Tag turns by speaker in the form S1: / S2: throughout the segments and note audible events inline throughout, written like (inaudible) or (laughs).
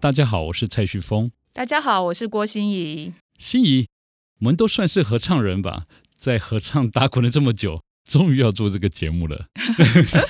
S1: 大家好，我是蔡旭峰。
S2: 大家好，我是郭心怡。
S1: 心怡，我们都算是合唱人吧，在合唱打滚了这么久，终于要做这个节目
S2: (laughs)
S1: 了。 (laughs)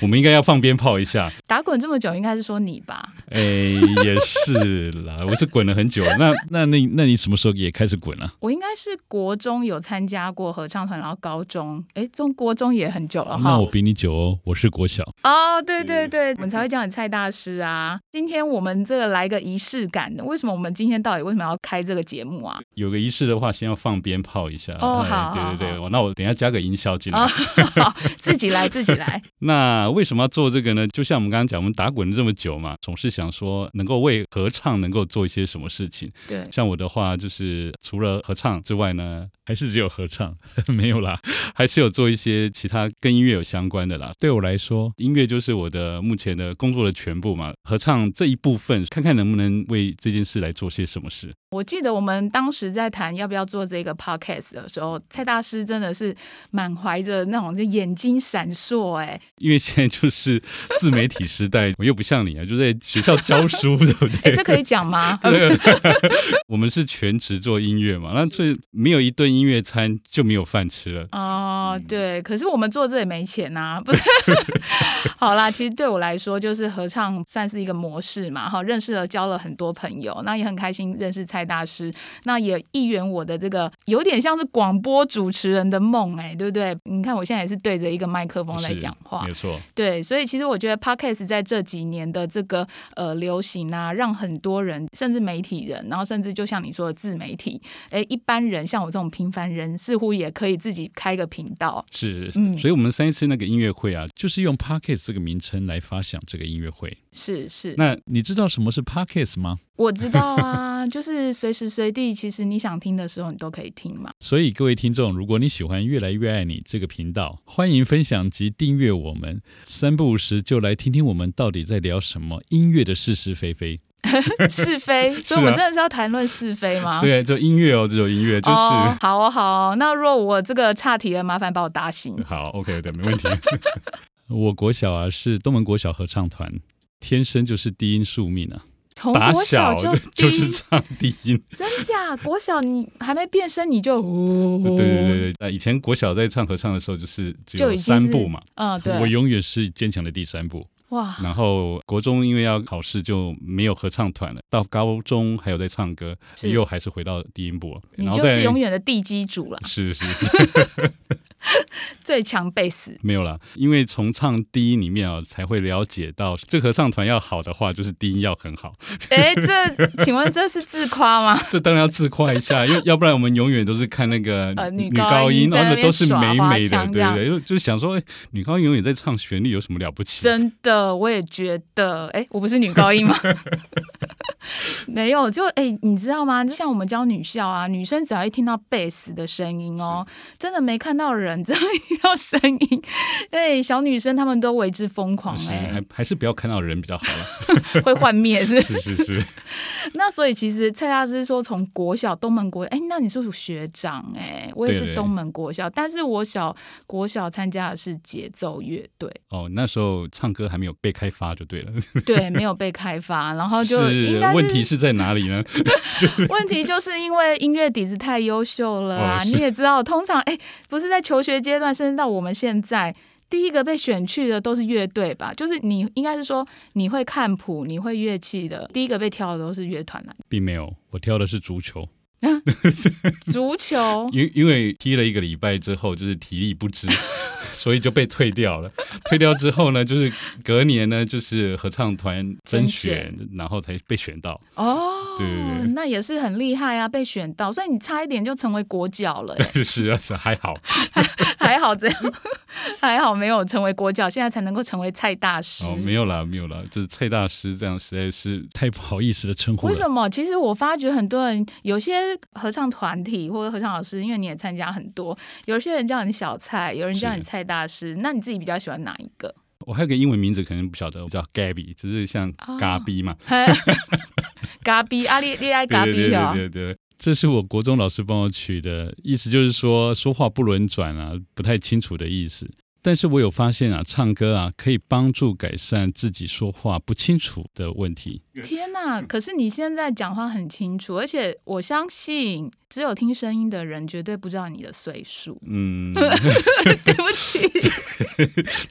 S1: 我们应该要放鞭炮一下。
S2: 打滚这么久，应该是说你吧？
S1: 哎，也是啦，我是滚了很久。那那那那你什么时候也开始滚了、啊？
S2: 我应该是国中有参加过合唱团，然后高中，哎，中国中也很久了哈。
S1: 哦那我比你久哦，我是国小。
S2: 哦，对对对，我们才会叫你蔡大师啊。今天我们这个来个仪式感的，为什么我们今天到底为什么要开这个节目啊？
S1: 有个仪式的话，先要放鞭炮一下。
S2: 哦
S1: 哎
S2: 好好
S1: 对对对，我那我等一下加个音效进来。
S2: 啊、好自
S1: (laughs)
S2: 己来，自己来。
S1: 那为什么要做这个呢？就像我们刚刚讲，我们打滚了这么久嘛，总是想说能够为合唱能够做一些什么事情。 (laughs)
S2: 对，
S1: 像我的话，就是除了合唱之外呢，还是只有合 (laughs) 唱，没有啦，还是有做一些其他跟音乐有相关的啦。对我来说，音乐就是我的目前的工作的全部嘛。合唱这一部分，看看能不能为这件事来做些什么事。
S2: 我记得我们当时在谈要不要做这个 podcast 的时候，蔡大师真的是满怀着那种就眼睛闪烁、
S1: (laughs)
S2: 哎，
S1: 因为现在就是自媒体时代， (laughs) 我又不像你啊，就在学校教 (laughs) 书，对不对？
S2: 哎，这可以讲吗？
S1: 我们是全职做音乐嘛，那这没有一顿音乐餐就没有饭吃了。
S2: 哦，对，可是我们做这也没钱呐、不是？好啦，其实对我来说，就是合唱算是一个模式嘛，哈，认识了交了很多朋友，那也很开心认识蔡大师，那也一圆我的这个有点像是广播主持人的梦、哎，对不对？你看我现在也是对着一个麦克风在
S1: 是
S2: 讲话
S1: 没，有错，
S2: 对，所以其实我觉得 podcast 在这几年的这个呃流行啊，让很多人，甚至媒体人，然后甚至就像你说的自媒体，哎，一般人像我这种平凡人，似乎也可以自己开个频道。
S1: 是，
S2: 嗯
S1: 所以我们三次那个音乐会啊，
S3: 就是用 Pockets 这个名称来发想这个音乐会。
S2: 是是，
S1: 那
S3: 你知道什么是 Pockets 吗？
S2: 我知道啊，就是随时随地，其实你想听的时候，你都可以听嘛。
S3: 所以各位听众，如果你喜欢《越来越爱你》这个频道，欢迎分享及订阅我们。三不五时就来听听我们到底在聊什么音乐的是是非非。
S2: 是非，所以我们真的是要谈论是非吗？
S1: 啊对，就音乐哦，这种音乐就是、
S2: 啊哦，
S3: (laughs)
S2: 好哦，好哦。那若我这个岔题了，麻烦把我打醒。
S1: 好，OK 的，没问题。
S3: (laughs) 我国小啊是东门国小合唱团，天生就是低音宿命啊。
S2: 从
S1: 打
S2: 国
S1: 小
S2: 就
S3: (laughs)
S1: 就
S2: 低
S1: 是唱低音，
S2: 真假？国小你还没变声你就哦，
S1: (laughs) 对对对对。那以前国小在唱合唱的时候，就是只
S2: (laughs) 就
S1: 有
S2: 已经
S1: 三
S2: 是
S1: 部嘛， (laughs)
S2: 嗯，
S3: 我
S2: 对，啊
S3: 永远是坚强的第三步。
S2: 哇，
S1: 然后国中因为要考试就没有合唱团了，到高中还有在唱歌，
S2: 是
S1: 又还是回到低音部了，
S2: 你
S1: 然后
S2: 就
S1: 再
S2: 是永远的地基主啦，
S1: 是是是。
S2: 最强贝斯。
S1: 没有啦，因为从唱低音里面啊，才会了解到这合唱团要好的话，就是低音要很好。
S2: 哎，这请问这是自夸吗？ (laughs)
S1: 这当然要自夸一下，因为要不然我们永远都是看那个
S2: 呃女
S1: 女
S2: 高
S1: 高
S2: 音
S1: 音，
S2: 在
S1: 然
S2: 那
S1: 后
S2: 边
S1: 都是
S2: 耍
S1: 美
S2: 花
S1: 美的，
S2: 腔这
S1: 对
S2: 样
S1: 对对，就想说，哎，女高音永远在唱旋律，有什么了不起？啊
S2: 真的，我也觉得，哎，我不是女高
S1: (laughs)
S2: 音吗？ (laughs) 没有，就哎，你知道吗？像我们教女校啊，女生只要一听到贝斯的声音哦，真的没看到人，只要一听到声音，哎，小女生她们都为之疯狂
S1: 是
S2: 哎
S1: 还，还是不要看到人比较好
S2: (laughs)
S1: 了。
S2: 会幻灭是不是
S1: 是是是，
S2: 那所以其实蔡大师说从国小东门国，哎，那你是学长哎、我也
S1: 对对
S2: 是
S1: 对
S2: 东门国小，但是我小国小参加的是节奏乐队，
S1: 哦，那时候唱歌还没有被开发就对了。
S2: 对，没有被开发，然后哦就是应该
S1: 问题是在哪里呢？ (laughs)
S2: 问题就是因为音乐底子太优秀了啊！
S1: 哦是。
S2: 你也知道，通常哎，不是在求学阶段，甚至到我们现在，第一个被选去的都是乐队吧？就是你应该是说你会看谱、你会乐器的，第一个被挑的都是乐团啦，啊
S3: 并没有，我挑的是足球。
S2: 足球
S1: 因因为踢了一个礼拜之后，就是体力不支， (laughs) 所以就被退掉了。退掉之后呢，就是隔年呢，就是合唱团甄选，然后才被选到。 (laughs)
S2: 哦，
S1: 对对对
S2: 那也是很厉害啊，被选到，所以你差一点就成为国
S1: (laughs)
S2: 脚了耶，欸
S1: 就是啊，是还好，
S2: 还好这样， (laughs) 还好没有成为国脚，现在才能够成为蔡大师。
S1: 哦，没有啦，没有啦，就是蔡大师这样实在是
S3: 太不好意思的称呼
S2: 为
S3: 了。
S2: 什么？其实我发觉很多人，有些合唱团体或者合唱老师，因为你也参加很多，有些人叫你小蔡，有人叫你
S1: 是
S2: 蔡大师，那你自己比较喜欢哪一
S1: (laughs)
S2: 个？ (laughs)
S1: 我还有个英文名字可能不晓得，我叫 Gabby，就是像
S2: 哦
S1: 嘎逼嘛，
S2: 嘎逼阿丽丽爱
S1: 对
S2: (laughs) 嘎
S1: 对对
S2: 逼哦，
S1: 对对对，。
S3: 这是我国中老师帮我取的，意思就是说说话不轮转啊，不太清楚的意思。但是我有发现啊，唱歌啊可以帮助改善自己说话不清楚的问题。
S2: 天呐！可是你现在讲话很清楚，而且我相信只有听声音的人绝对不知道你的岁数
S3: (laughs)
S2: (laughs)
S1: 嗯，
S2: 对不起，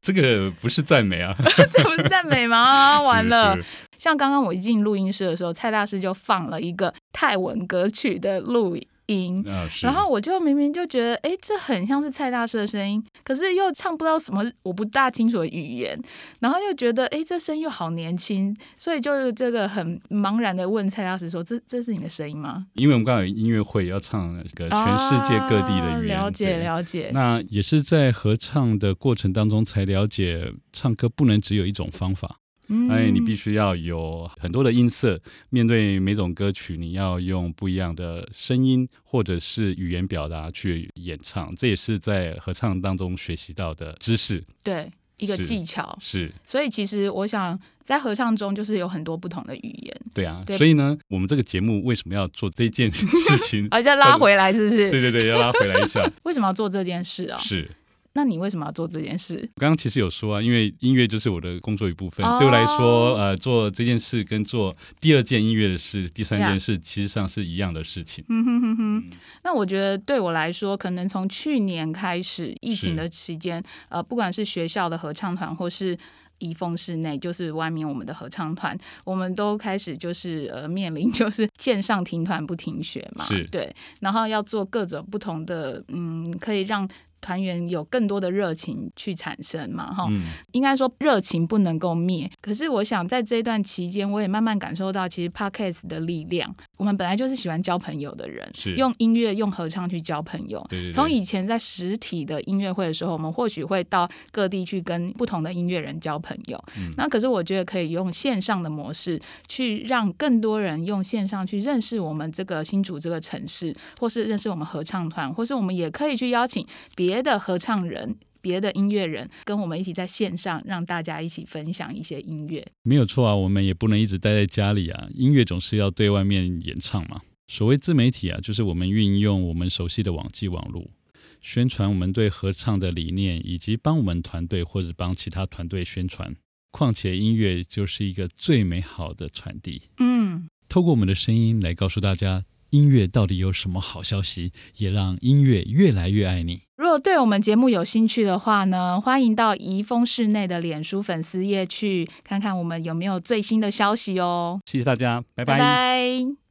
S1: 这个不是
S3: (laughs)
S1: 赞美啊，
S2: 这不是赞美吗？啊完了。
S1: 是是
S2: 像刚刚我一进录音室的时候，蔡大师就放了一个泰文歌曲的录音。
S1: 啊是。
S2: 然后我就明明就觉得，哎，这很像是蔡大师的声音，可是又唱不到什么我不大清楚的语言，然后又觉得，哎，这声音又好年轻，所以就这个很茫然的问蔡大师说：“这这是你的声音吗
S1: 因为我们刚好有音乐会要唱那个？”全世界各地的语言，
S2: 啊了解
S1: 对
S2: 了解，
S3: 那也是在合唱的过程当中才了解，唱歌不能只有一种方法。
S2: 嗯
S1: 哎，你必须要有很多的音色，面对每种歌曲，你要用不一样的声音或者是语言表达去演唱，这也是在合唱当中学习到的知识。
S2: 对一个
S1: 是
S2: 技巧，
S1: 是
S2: 所以其实我想在合唱中就是有很多不同的语言，
S1: 对啊，
S2: 对
S1: 所以呢，我们这个节目为什么要做这件事
S2: (laughs)
S1: 情？
S2: 而且拉回来是不
S1: 对
S2: 是？
S1: 对对，要拉回来一下。
S2: 为什么要做这件事啊？
S1: 是，
S2: 那你为什么要做这件事？
S1: 刚刚其实有说啊，因为音乐就是我的工作一部分，
S2: 哦
S1: 对我来说，呃，做这件事跟做第二件音乐的事、第三
S2: 这
S1: 件
S2: 样
S1: 事，其实上是一样的事情。
S2: 嗯哼哼哼。那我觉得对我来说，可能从去年开始，疫
S1: 是
S2: 情的期间，呃，不管是学校的合唱团，或是怡丰室内，就是外面我们的合唱团，我们都开始就是呃面临 (laughs) 就是线上停团不停学嘛
S1: 是，
S2: 对，然后要做各种不同的，嗯，可以让。团员有更多的热情去产生嘛，哈、
S1: 嗯，
S2: 应该说热情不能够灭。可是我想在这一段期间，我也慢慢感受到其实 podcast 的力量。我们本来就是喜欢交朋友的人
S1: 是，
S2: 用音乐、用合唱去交朋友。
S1: 对对对
S2: 从以前在实体的音乐会的时候，我们或许会到各地去跟不同的音乐人交朋友。
S1: 嗯
S2: 那可是我觉得可以用线上的模式，去让更多人用线上去认识我们这个新竹这个城市，或是认识我们合唱团，或是我们也可以去邀请别的合唱人。别的音乐人跟我们一起在线上，让大家一起分享一些音乐。
S3: 没有错啊，我们也不能一直待在家里啊，音乐总是要对外面演唱嘛。所谓自媒体啊，就是我们运用我们熟悉的网际网络，宣传我们对合唱的理念，以及帮我们团队或者帮其他团队宣传。况且音乐就是一个最美好的传递，
S2: 嗯，
S3: 透过我们的声音来告诉大家音乐到底有什么好消息，也让音乐越来越爱你。
S2: 如果对我们节目有兴趣的话呢，欢迎到怡丰室内的脸书粉丝页去看看我们有没有最新的消息哦。
S1: 谢谢大家，拜
S2: 拜拜